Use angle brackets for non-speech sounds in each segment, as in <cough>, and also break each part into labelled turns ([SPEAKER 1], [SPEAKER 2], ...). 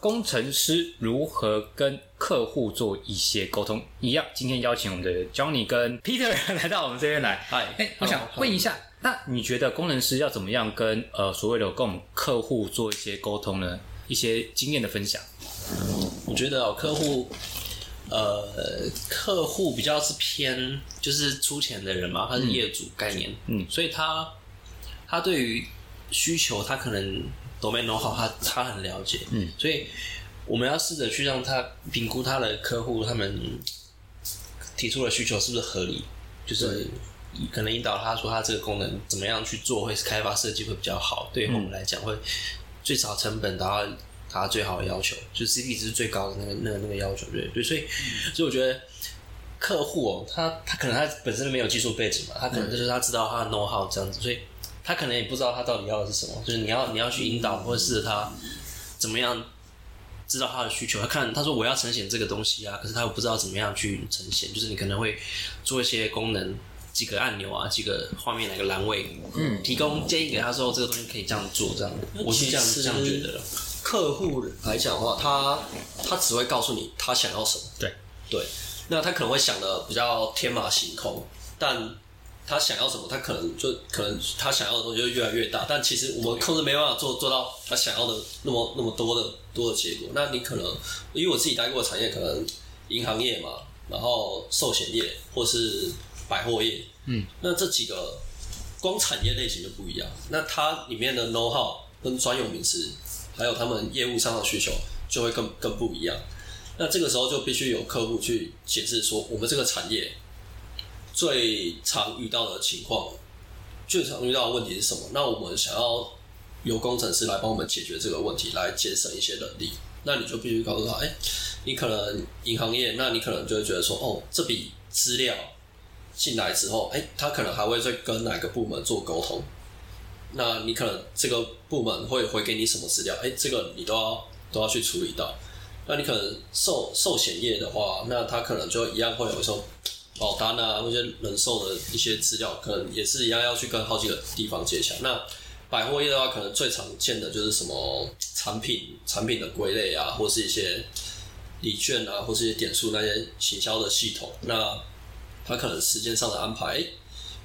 [SPEAKER 1] 工程师如何跟客户做一些沟通。一样，今天邀请我们的 Johnny 跟 Peter <laughs> 来到我们这边来。
[SPEAKER 2] 嗨
[SPEAKER 1] 哎，我想问一下，那你觉得工程师要怎么样跟呃所谓的跟我们客户做一些沟通呢？一些经验的分享。
[SPEAKER 2] 我觉得、哦、客户，呃，客户比较是偏就是出钱的人嘛，他是业主概念，
[SPEAKER 1] 嗯
[SPEAKER 2] 所以他他对于需求他可能 domain know how，他他很了解，
[SPEAKER 1] 嗯，
[SPEAKER 2] 所以我们要试着去让他评估他的客户他们提出的需求是不是合理，就是。可能引导他说他这个功能怎么样去做，会开发设计会比较好，对于我
[SPEAKER 1] 嗯
[SPEAKER 2] 们来讲会最少成本达到达到最好的要求，就是 CP 值是最高的那个那个那个要求，对对，所以所以我觉得客户哦，他他可能他本身没有技术背景嘛，他可能就是他知道他的 know how 这样子，所以他可能也不知道他到底要的是什么，就是你要你要去引导或者试着他怎么样知道他的需求，他看他说我要呈现这个东西啊，可是他又不知道怎么样去呈现，就是你可能会做一些功能。几个按钮啊，几个画面哪个栏位，嗯，提供建议给他说这个东西可以这样做，这样，我是这样这样觉得的。
[SPEAKER 3] 客户来讲的话，他他只会告诉你他想要什么，
[SPEAKER 1] 对，
[SPEAKER 3] 对，那他可能会想的比较天马行空，但他想要什么，他可能就可能他想要的东西就越来越大，但其实我们控制没办法做做到他想要的那么那么多的多的结果。那你可能因为我自己待过的产业，可能银行业嘛，然后寿险业或是百货业，嗯，那这几个光产业类型就不一样。那它里面的 know how 跟专有名词，还有他们业务上的需求，就会更更不一样。那这个时候就必须由客户去解释说，我们这个产业最常遇到的情况，最常遇到的问题是什么？那我们想要由工程师来帮我们解决这个问题，来节省一些人力。那你就必须告诉他，哎、你可能银行业，那你可能就会觉得说，哦，这笔资料进来之后，哎、他可能还会再跟哪个部门做沟通。那你可能这个部门会回给你什么资料？哎、这个你都要都要去处理到。那你可能寿寿险业的话，那他可能就一样会有时候保单啊，或者人寿的一些资料，可能也是一样要去跟好几个地方接洽。那百货业的话，可能最常见的就是什么产品产品的归类啊，或是一些礼券啊，或是一些点数那些行销的系统。那它可能时间上的安排诶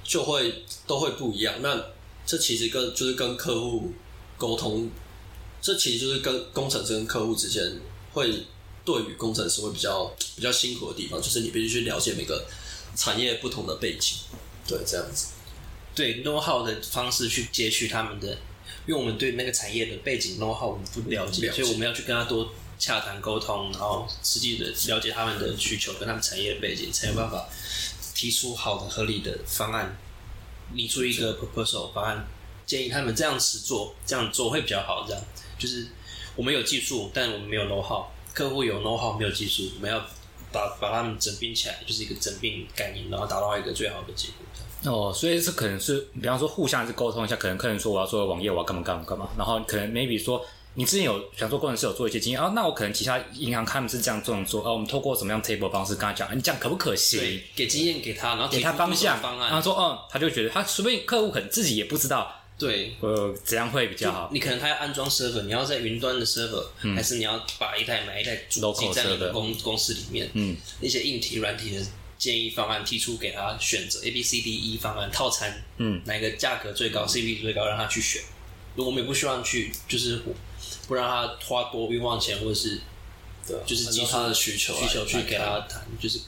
[SPEAKER 3] 就会都会不一样。那这其实跟就是跟客户沟通，这其实就是跟工程师跟客户之间会对于工程师会比较比较辛苦的地方，就是你必须去了解每个产业不同的背景，对，这样子。
[SPEAKER 2] 对 know how 的方式去接续他们的，因为我们对那个产业的背景 know how 我们不了解，
[SPEAKER 3] 了解
[SPEAKER 2] 所以我们要去跟他多洽谈沟通，然后实际的了解他们的需求跟他们产业的背景，才有办法提出好的合理的方案，拟出一个 proposal 方案，建议他们这样子做，这样做会比较好。这样就是我们有技术，但我们没有 know how，客户有 know how 没有技术，我们要把把他们整并起来，就是一个整并概念，然后达到一个最好的结果。这样
[SPEAKER 1] 哦，所以这可能是，比方说互相是沟通一下，可能客人说我要做网页，啊我要干嘛干嘛干嘛，然后可能 maybe 说你之前有想说工程师有做一些经验啊，那我可能其他银行他们是这样这样做，啊，我们透过什么样 table 方式跟他讲，啊你这样可不可行
[SPEAKER 2] 对？，给经验给他，然后
[SPEAKER 1] 给他
[SPEAKER 2] 提出
[SPEAKER 1] 方向，
[SPEAKER 2] 方
[SPEAKER 1] 然后
[SPEAKER 2] 案。
[SPEAKER 1] 说嗯，他就觉得他说不定客户可能自己也不知道，
[SPEAKER 2] 对，
[SPEAKER 1] 呃，怎样会比较好。
[SPEAKER 2] 你可能他要安装 server，你要在云端的 server，、还是你要把一台买一台主
[SPEAKER 1] 嗯 Local
[SPEAKER 2] 机在你
[SPEAKER 1] server
[SPEAKER 2] 的公公司里面，
[SPEAKER 1] 嗯，
[SPEAKER 2] 一些硬体、软体的建议方案提出给他选择 A、B、C、D、E 方案套餐，
[SPEAKER 1] 嗯，
[SPEAKER 2] 哪个价格最高，CP 最高，让他去选。如果我们也不希望去，就是不让他花多冤枉钱，或者是
[SPEAKER 3] 对，啊
[SPEAKER 2] 就是
[SPEAKER 3] 按
[SPEAKER 2] 基
[SPEAKER 3] 照
[SPEAKER 2] 础
[SPEAKER 3] 他的需求来
[SPEAKER 2] 需求去给
[SPEAKER 3] 来
[SPEAKER 2] 他
[SPEAKER 3] 看
[SPEAKER 2] 谈，就是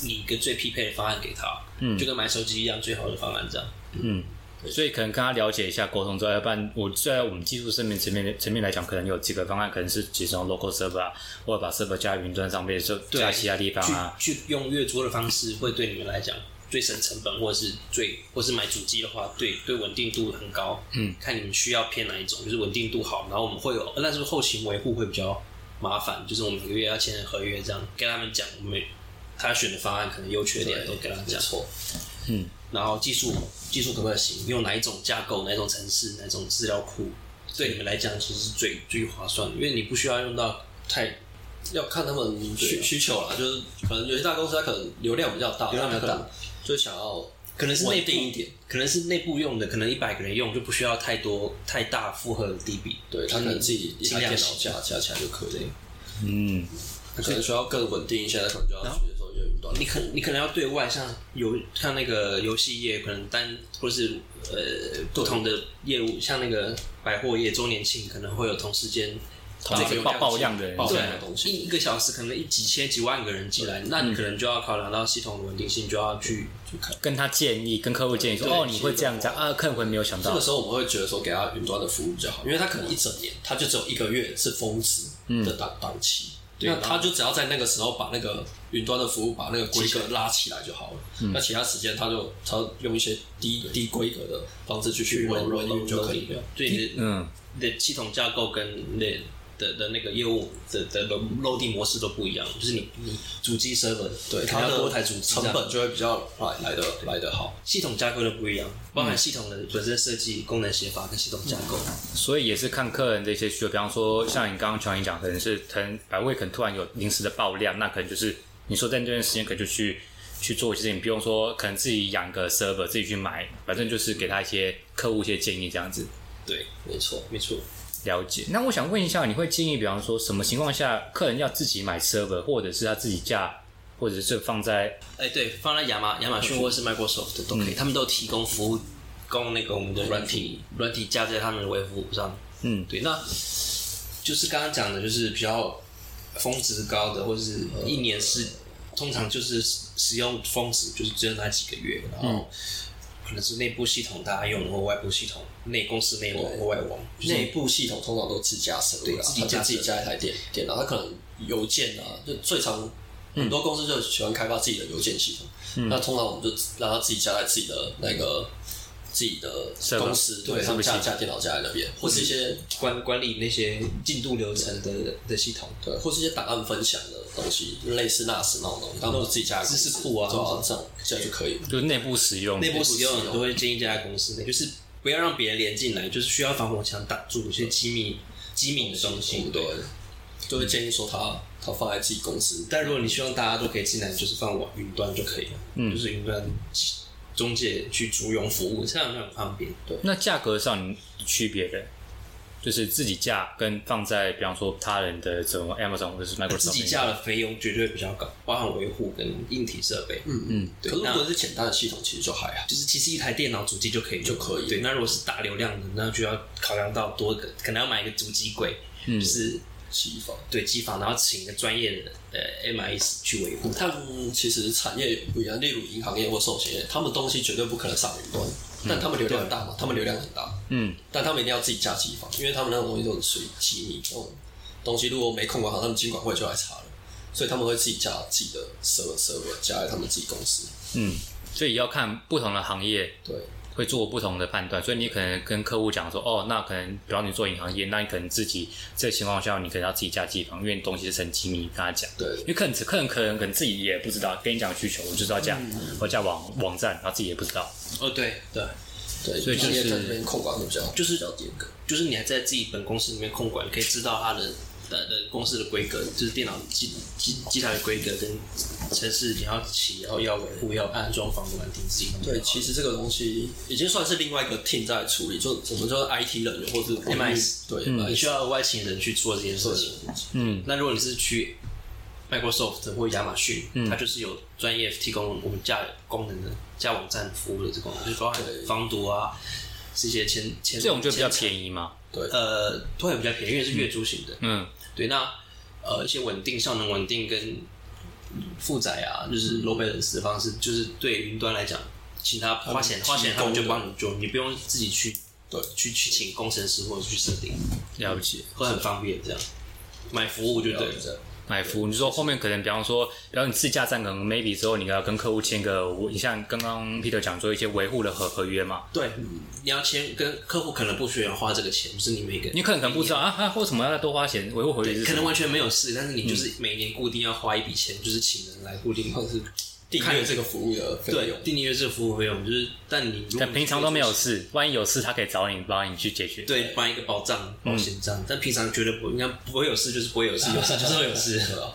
[SPEAKER 2] 你一个最匹配的方案给他，
[SPEAKER 1] 嗯
[SPEAKER 2] 就跟买手机一样，最好的方案这样。
[SPEAKER 1] 嗯，所以可能跟他了解一下沟通之后，要不然我在我们技术层面层面层面来讲，可能有几个方案，可能是集中 local server 啊，或者把 server 加云端上面，就
[SPEAKER 2] 对
[SPEAKER 1] 加其他地方啊。
[SPEAKER 2] 去去用月租的方式，会对你们来讲最省成本，或者是最或是买主机的话，对对稳定度很高。
[SPEAKER 1] 嗯，
[SPEAKER 2] 看你们需要偏哪一种，就是稳定度好，然后我们会有，但是后勤维护会比较麻烦，就是我们每个月要签合约，这样跟他们讲我们他选的方案可能优缺点都
[SPEAKER 3] 对
[SPEAKER 2] 跟他
[SPEAKER 3] 没
[SPEAKER 2] 讲，
[SPEAKER 3] 错，
[SPEAKER 2] 然后技术技术可不可行，用哪一种架构、哪一种程式、哪一种资料库，对你们来讲其实是最最划算的，因为你不需要用到太
[SPEAKER 3] 要看他
[SPEAKER 2] 啊
[SPEAKER 3] 们需需求啦，就是可能有些大公司它可能流量比较大，
[SPEAKER 2] 流量比
[SPEAKER 3] 它
[SPEAKER 2] 较
[SPEAKER 3] 可
[SPEAKER 2] 大
[SPEAKER 3] 能就想要
[SPEAKER 2] 可能是内部
[SPEAKER 3] 稳定一点，
[SPEAKER 2] 可能是内部用的，可能一百个人用就不需要太多太大负荷的地比，
[SPEAKER 3] 对他可能自己一
[SPEAKER 2] 尽
[SPEAKER 3] 台
[SPEAKER 2] 量
[SPEAKER 3] 电脑架架起来就可以，
[SPEAKER 1] 嗯，
[SPEAKER 3] 他可能需要更稳定一些，他可能就要
[SPEAKER 2] 然后
[SPEAKER 3] 学说越云端。
[SPEAKER 2] 你可你可能要对外像游像那个游戏业，可能单或是呃不同的业务，像那个百货业周年庆，可能会有同时间
[SPEAKER 1] 同时
[SPEAKER 2] 这个
[SPEAKER 1] 爆爆量的人
[SPEAKER 3] 啊爆
[SPEAKER 2] 对
[SPEAKER 3] 量的东西嗯
[SPEAKER 2] 一一个小时可能一几千几万个人进来，那你可能就要考量到系统的稳定性，就要去去看。
[SPEAKER 1] 跟他建议，跟客户建议说，
[SPEAKER 3] 对
[SPEAKER 1] 哦，你会这样讲啊，客户会没有想
[SPEAKER 3] 这
[SPEAKER 1] 到
[SPEAKER 3] 个，时候我们会觉得说给他云端的服务比较好，因为他可能一整年他就只有一个月是峰值的档档期，那他就只要在那个时候把那个云端的服务把那个规格拉起来就好了。
[SPEAKER 1] 嗯
[SPEAKER 3] 那其他时间他就他用一些低低规格的方式去去温温用就可以了。
[SPEAKER 2] 对你的
[SPEAKER 1] 嗯，
[SPEAKER 2] 你的系统架构跟你的的的那个业务的的的 loading 模式都不一样，就是你你主机 server
[SPEAKER 3] 对，
[SPEAKER 2] 可
[SPEAKER 3] 它
[SPEAKER 2] 能
[SPEAKER 3] 的
[SPEAKER 2] 要多台主机这
[SPEAKER 3] 成
[SPEAKER 2] 样
[SPEAKER 3] 本就会比较来来的来的好。
[SPEAKER 2] 系统架构都不一样，
[SPEAKER 3] 嗯
[SPEAKER 2] 包含系统的本身设计、功能写法跟系统架构。
[SPEAKER 1] 所以也是看客人的一些需求，比方说像你刚刚乔英讲，可能是可能百位可能突然有临时的爆量，那可能就是你说在那段时间可能就去去做一些事情，不用说可能自己养个 server 自己去买，反正就是给他一些客户一些建议这样子。
[SPEAKER 2] 对，
[SPEAKER 3] 没错，
[SPEAKER 2] 没错。
[SPEAKER 1] 了解。那我想问一下，你会建议，比方说什么情况下客人要自己买 server，或者是他自己架，或者是放在
[SPEAKER 2] 哎，对，放在亚马亚马
[SPEAKER 3] 嗯
[SPEAKER 2] 逊或是 Microsoft 都可以，他们都提供服务，供那个我们的软体
[SPEAKER 3] 嗯
[SPEAKER 2] 软体架在他们的微服务上。
[SPEAKER 1] 嗯
[SPEAKER 2] 对，那就是刚刚讲的，就是比较峰值高的，或是
[SPEAKER 3] 嗯
[SPEAKER 2] 一年是通常就是使用峰值，就是只有那几个月，然
[SPEAKER 3] 嗯
[SPEAKER 2] 后可能是内部系统大家用的，或外部系统内公司内网或外网，就是
[SPEAKER 3] 内部系统通常都自家设，啊
[SPEAKER 2] 对
[SPEAKER 3] 自
[SPEAKER 2] 自己
[SPEAKER 3] 己
[SPEAKER 2] 架设
[SPEAKER 3] 自己加一台电电脑，他可能邮件啊，就最常
[SPEAKER 2] 嗯
[SPEAKER 3] 很多公司就喜欢开发自己的邮件系统，
[SPEAKER 1] 嗯
[SPEAKER 3] 那通常我们就让他自己加在自己的那个自己的
[SPEAKER 1] Server
[SPEAKER 3] 公司，对，
[SPEAKER 1] 对
[SPEAKER 3] 他们
[SPEAKER 1] 是
[SPEAKER 3] 架
[SPEAKER 1] 不是
[SPEAKER 3] 架电脑架在那边，或是一些
[SPEAKER 2] 管管理那些进度流程的的系统。
[SPEAKER 3] 对，或是一些档案分享的东西，类似 NAS 那种东西，他们都自己加在公司
[SPEAKER 2] 知识库啊
[SPEAKER 3] 对啊，这样这样就可以了。
[SPEAKER 1] 就是内部使用？
[SPEAKER 2] 内部
[SPEAKER 3] 使
[SPEAKER 2] 使
[SPEAKER 3] 用
[SPEAKER 2] 用都会建议加在公司内，就是不要让别人连进来，就是需要防火墙挡住一些机密机敏哦的东西。
[SPEAKER 3] 对，就会建议说他他放在自己公司，
[SPEAKER 2] 但如果你希望大家都可以进来，就是放网云端就可以了，就是云端中介去租用服务，这样就很方便。对，
[SPEAKER 1] 那价格上你区别的，就是自己架跟放在比方说他人的这种 Amazon 或者是 Microsoft
[SPEAKER 2] 呃自己架的费用绝对比较高，包含维护跟硬体设备。嗯，
[SPEAKER 3] 嗯，可是如
[SPEAKER 2] 那
[SPEAKER 3] 果是简单的系统，其实就还好。
[SPEAKER 2] 就是其实一台电脑主机就可以就
[SPEAKER 3] 可以
[SPEAKER 2] 对，那如果是大流量的，那就要考量到多个，可能要买一个主机柜，就是
[SPEAKER 3] 西方。
[SPEAKER 2] 对机房，然后请一个专业的呃 MIS 去维护
[SPEAKER 3] 他
[SPEAKER 2] 它。
[SPEAKER 3] 们嗯其实产业不一样，例如银行业或寿险业，他们东西绝对不可能上云端，
[SPEAKER 2] 嗯
[SPEAKER 3] 但他们流量很大嘛，他们流量很大，
[SPEAKER 1] 嗯，
[SPEAKER 3] 但他们一定要自己架机房，因为他们那种东西都是属于机密，那种东西如果没控管好，他们监管会就来查了，所以他们会自己架自己的 server server 架在他们自己公司，
[SPEAKER 1] 嗯，所以要看不同的行业
[SPEAKER 3] 对，
[SPEAKER 1] 会做不同的判断，所以你可能跟客户讲说，哦，那可能比方你做银行业，那你可能自己这个情况下，你可能要自己架机房，因为东西是很机密，跟他讲。
[SPEAKER 3] 对
[SPEAKER 2] 嗯
[SPEAKER 1] 因为客人客人可能可能自己也不知道，跟你讲需求，我就知道架，我架网网站，然后自己也不知道。
[SPEAKER 2] 哦，对对，
[SPEAKER 3] 对，
[SPEAKER 1] 所以就是
[SPEAKER 3] 银行业在这边控管会比较
[SPEAKER 2] 就是
[SPEAKER 3] 比较严格，
[SPEAKER 2] 就是你还在自己本公司里面控管，可以知道它的的的公司的规格，就是电脑机机机台的规格跟城市你要起，然后要维护，要安装防毒软体自己弄就好了。
[SPEAKER 3] 对，其实这个东西已经算是另外一个 team 在处理，就我们就是 IT 人员或者
[SPEAKER 2] MIS
[SPEAKER 3] 对
[SPEAKER 2] 你
[SPEAKER 3] MIS
[SPEAKER 2] 需要额外请人去做这件事情。
[SPEAKER 1] 嗯，
[SPEAKER 2] 那如果你是去 Microsoft 或亚马逊，
[SPEAKER 3] 嗯
[SPEAKER 2] 它就是有专业提供我们架功能的架网站服务的这个，就是包含
[SPEAKER 3] 对
[SPEAKER 2] 防毒啊，这些前前
[SPEAKER 1] 这种就比较
[SPEAKER 2] 前
[SPEAKER 1] 便宜嘛。
[SPEAKER 3] 对，
[SPEAKER 2] 呃，都会比较便宜，因为是月租型的。
[SPEAKER 1] 嗯
[SPEAKER 2] 对，那呃一些稳定、效能稳定跟负载啊，就是 low balance 的方式，就是对云端来讲，请他花钱
[SPEAKER 3] 他们提供
[SPEAKER 2] 花钱，他们就
[SPEAKER 3] 的
[SPEAKER 2] 帮你做，你不用自己去
[SPEAKER 3] 对
[SPEAKER 2] 去去请工程师或者去设定，
[SPEAKER 1] 了解。
[SPEAKER 2] 会很方便这样。买服务就对
[SPEAKER 3] 这
[SPEAKER 2] 了，
[SPEAKER 3] 样。
[SPEAKER 1] 买服，你说后面可能，比方说，比方你自驾站可能 maybe 之后，你要跟客户签个，我你像刚刚 Peter 讲说一些维护的合合约嘛，
[SPEAKER 2] 对，你要签跟客户可能不需要花这个钱，就是你每个
[SPEAKER 1] 你可能可能不知道啊啊，为什么要多花钱维护合约是
[SPEAKER 2] 嗯可
[SPEAKER 1] 什
[SPEAKER 2] 能
[SPEAKER 1] 么？
[SPEAKER 2] 完全没有事，但是你就是每年固定要花一笔钱，就是请人来固定或者是
[SPEAKER 3] 订
[SPEAKER 2] 看
[SPEAKER 3] 阅这个服务的费
[SPEAKER 2] 对
[SPEAKER 3] 用，
[SPEAKER 2] 订阅这服务费用，就是但你如果
[SPEAKER 1] 但平常都没有事，万一有事，他可以找你帮你去解决。，
[SPEAKER 2] 对，办一个保障、保险这样，
[SPEAKER 1] 嗯
[SPEAKER 2] 但平常绝对不应该不会有事，就是不会有事，有
[SPEAKER 1] <laughs>
[SPEAKER 2] 事就是会有事。
[SPEAKER 3] 对啊，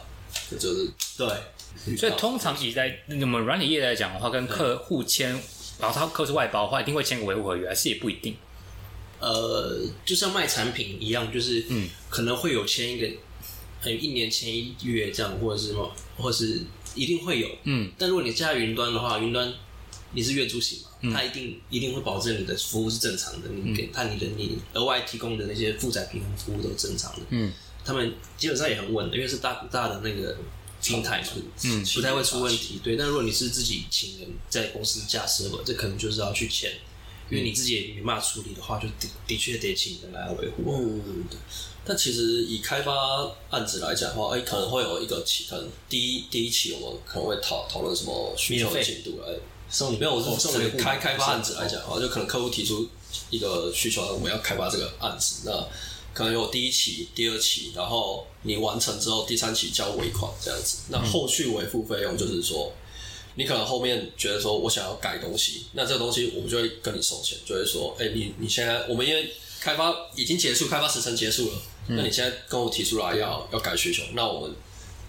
[SPEAKER 3] 这就是
[SPEAKER 2] 对，
[SPEAKER 1] 所以通常以在我们软体业来讲的话，跟客户签然后他客户是外包的话，一定会签个维护合约，还是也不一定。
[SPEAKER 2] 呃，就像卖产品一样，就是
[SPEAKER 1] 嗯
[SPEAKER 2] 可能会有签一个，呃，一年签一月这样，或者是什么，或是一定会有。
[SPEAKER 1] 嗯，
[SPEAKER 2] 但如果你架在云端的话，云端你是月租型嘛，它一定一定会保证你的服务是正常的，你给他你的你额外提供的那些负载平衡服务都是正常的。
[SPEAKER 1] 嗯，
[SPEAKER 2] 他们基本上也很稳的，因为是大大的那个平台出，
[SPEAKER 1] 嗯
[SPEAKER 2] 不太会出问题。对，但如果你是自己请人在公司架 server，这可能就是要去签，因为你自己也没办法处理的话，就的的确得请人来维护。
[SPEAKER 3] 嗯，对。但其实以开发案子来讲的话，哎、可能会有一个期，可能第一第一期我们可能会讨讨论什么需求
[SPEAKER 2] 免费
[SPEAKER 3] 进度来。
[SPEAKER 2] 送你哦
[SPEAKER 3] 没有，我是
[SPEAKER 2] 送
[SPEAKER 3] 整
[SPEAKER 2] 维
[SPEAKER 3] 个
[SPEAKER 2] 护
[SPEAKER 3] 开开发案子来讲的话，就可能客户提出一个需求，我们要开发这个案子，那可能有第一期、第二期，然后你完成之后，第三期交尾款这样子。那后续维护费用就是说，你可能后面觉得说我想要改东西，那这个东西我们就会跟你收钱，就会说，哎、你你现
[SPEAKER 2] 呃
[SPEAKER 3] 在我们因为开发已经结束，开发时程结束了，
[SPEAKER 1] 嗯
[SPEAKER 3] 那你现在跟我提出来要要改需求，那我们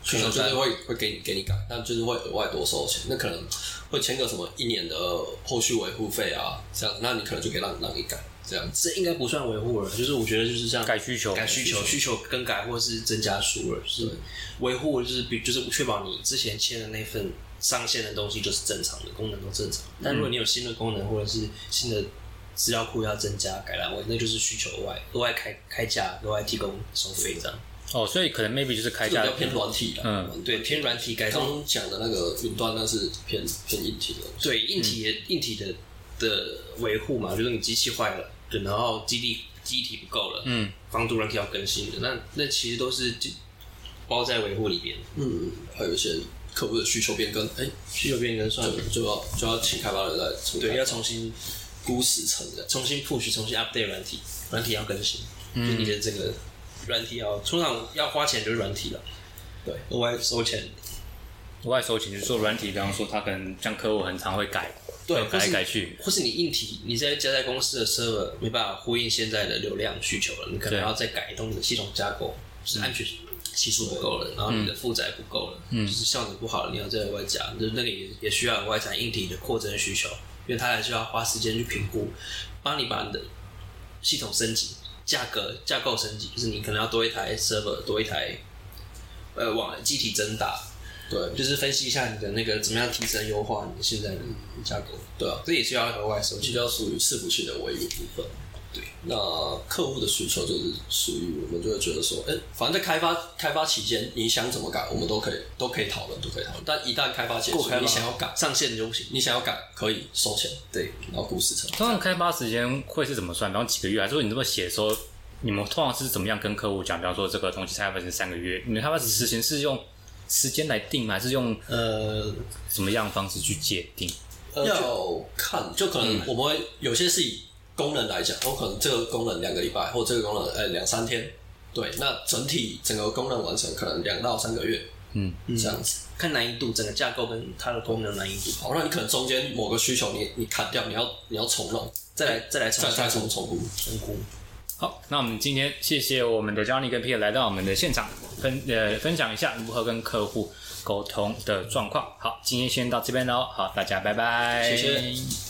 [SPEAKER 3] 可能就是会会给你给你改，但就是会额外多收钱，那可能会签个什么一年的
[SPEAKER 2] 呃
[SPEAKER 3] 后续维护费啊，这样，那你可能就可以让让你改这样子。
[SPEAKER 2] 这应该不算维护了，就是我觉得就是这样
[SPEAKER 1] 改需求
[SPEAKER 2] 改需求、需求更改或是增加数了，就是维护就是比就是确保你之前签的那份上线的东西就是正常的功能都正常。但如果你有新的功能或者是新的资料库要增加改栏位，那就是需求额外额外开开价、额外提供收费这样。
[SPEAKER 1] 哦，所以可能 maybe 就是开
[SPEAKER 3] 这
[SPEAKER 1] 价
[SPEAKER 3] 个比较偏软体的，
[SPEAKER 1] 嗯，
[SPEAKER 2] 对，偏软体改
[SPEAKER 3] 刚
[SPEAKER 2] 造，
[SPEAKER 3] 刚讲的那个云端那是偏偏硬体的东西，
[SPEAKER 2] 对硬体的、硬体的的维护嘛，就是你机器坏了，对，然后基地机体不够了，
[SPEAKER 1] 嗯，
[SPEAKER 2] 防毒软体要更新的，那那其实都是就包在维护里边。
[SPEAKER 3] 嗯，还有一些客户的需求变更，哎、
[SPEAKER 2] 需求变更算
[SPEAKER 3] 就就要就要请开发人来重
[SPEAKER 2] 对，
[SPEAKER 3] 开
[SPEAKER 2] 要重新
[SPEAKER 3] 估时程的，
[SPEAKER 2] 重新 push，重新 update 软体，软体要更新，就你的这个软体要通常要花钱就是软体了，
[SPEAKER 3] 对，
[SPEAKER 2] 额外收钱，
[SPEAKER 1] 额外收钱，就是说软体，比方说他可能像客户很常会改，呃改
[SPEAKER 2] 对，或
[SPEAKER 1] 来
[SPEAKER 2] 是
[SPEAKER 1] 改去，
[SPEAKER 2] 或是你硬体你在加在公司的 server 没办法呼应现在的流量需求了，你可能
[SPEAKER 1] 对
[SPEAKER 2] 要再改动你的系统架构，就是安全系数不够了，然后你的负载不够了，就是效能不好了，你要再额外加，就是那个也也需要额外加硬体的扩增需求，因为它还需要花时间去评估，帮你把你的系统升级、价格架构升级，就是你可能要多一台 server，多一台呃网机体增大，
[SPEAKER 3] 对
[SPEAKER 2] 就是分析一下你的那个怎么样提升优化你现在的架构。
[SPEAKER 3] 对啊，
[SPEAKER 2] 这也是要额外收
[SPEAKER 3] 比
[SPEAKER 2] 集。
[SPEAKER 3] 较属于伺服器的维护部分。对，那客户的需求就是属于我们就会觉得说，哎、反正在开发开发期间，你想怎么改，我们都可以都可以讨论，都可以讨论。但一旦开发结束，你
[SPEAKER 2] 你
[SPEAKER 3] 想
[SPEAKER 2] 想
[SPEAKER 3] 要
[SPEAKER 2] 要
[SPEAKER 3] 改
[SPEAKER 2] 改，上线就不行。
[SPEAKER 3] 你想要改可以收钱，对，然后估时程。
[SPEAKER 1] 通常开发时间会是怎么算？比方几个月，还是说你这么写的时候，你们通常是怎么样跟客户讲？比方说这个东西开发成三个月，你们开发时间是用时间来定吗，还是用
[SPEAKER 2] 呃，
[SPEAKER 1] 什么样的方式去界定？
[SPEAKER 2] 呃
[SPEAKER 3] 要看，嗯就可能我们会有些是以功能来讲，我可能这个功能两个礼拜，或这个功能呃两三天，对，那整体整个功能完成可能两到三个月，
[SPEAKER 1] 嗯，
[SPEAKER 3] 这样子。
[SPEAKER 2] 看难易度，整个架构跟它的功能难易度，
[SPEAKER 3] 好，那你可能中间某个需求你你砍掉，你要你要重弄，
[SPEAKER 2] 再来再来重
[SPEAKER 3] 再
[SPEAKER 2] 新
[SPEAKER 3] 再重重估。
[SPEAKER 2] 评估。
[SPEAKER 1] 好，那我们今天谢谢我们的 Johnny 跟 Peter 来到我们的现场分呃分享一下如何跟客户沟通的状况。好，今天先到这边喽，好，大家拜拜，
[SPEAKER 3] 谢谢。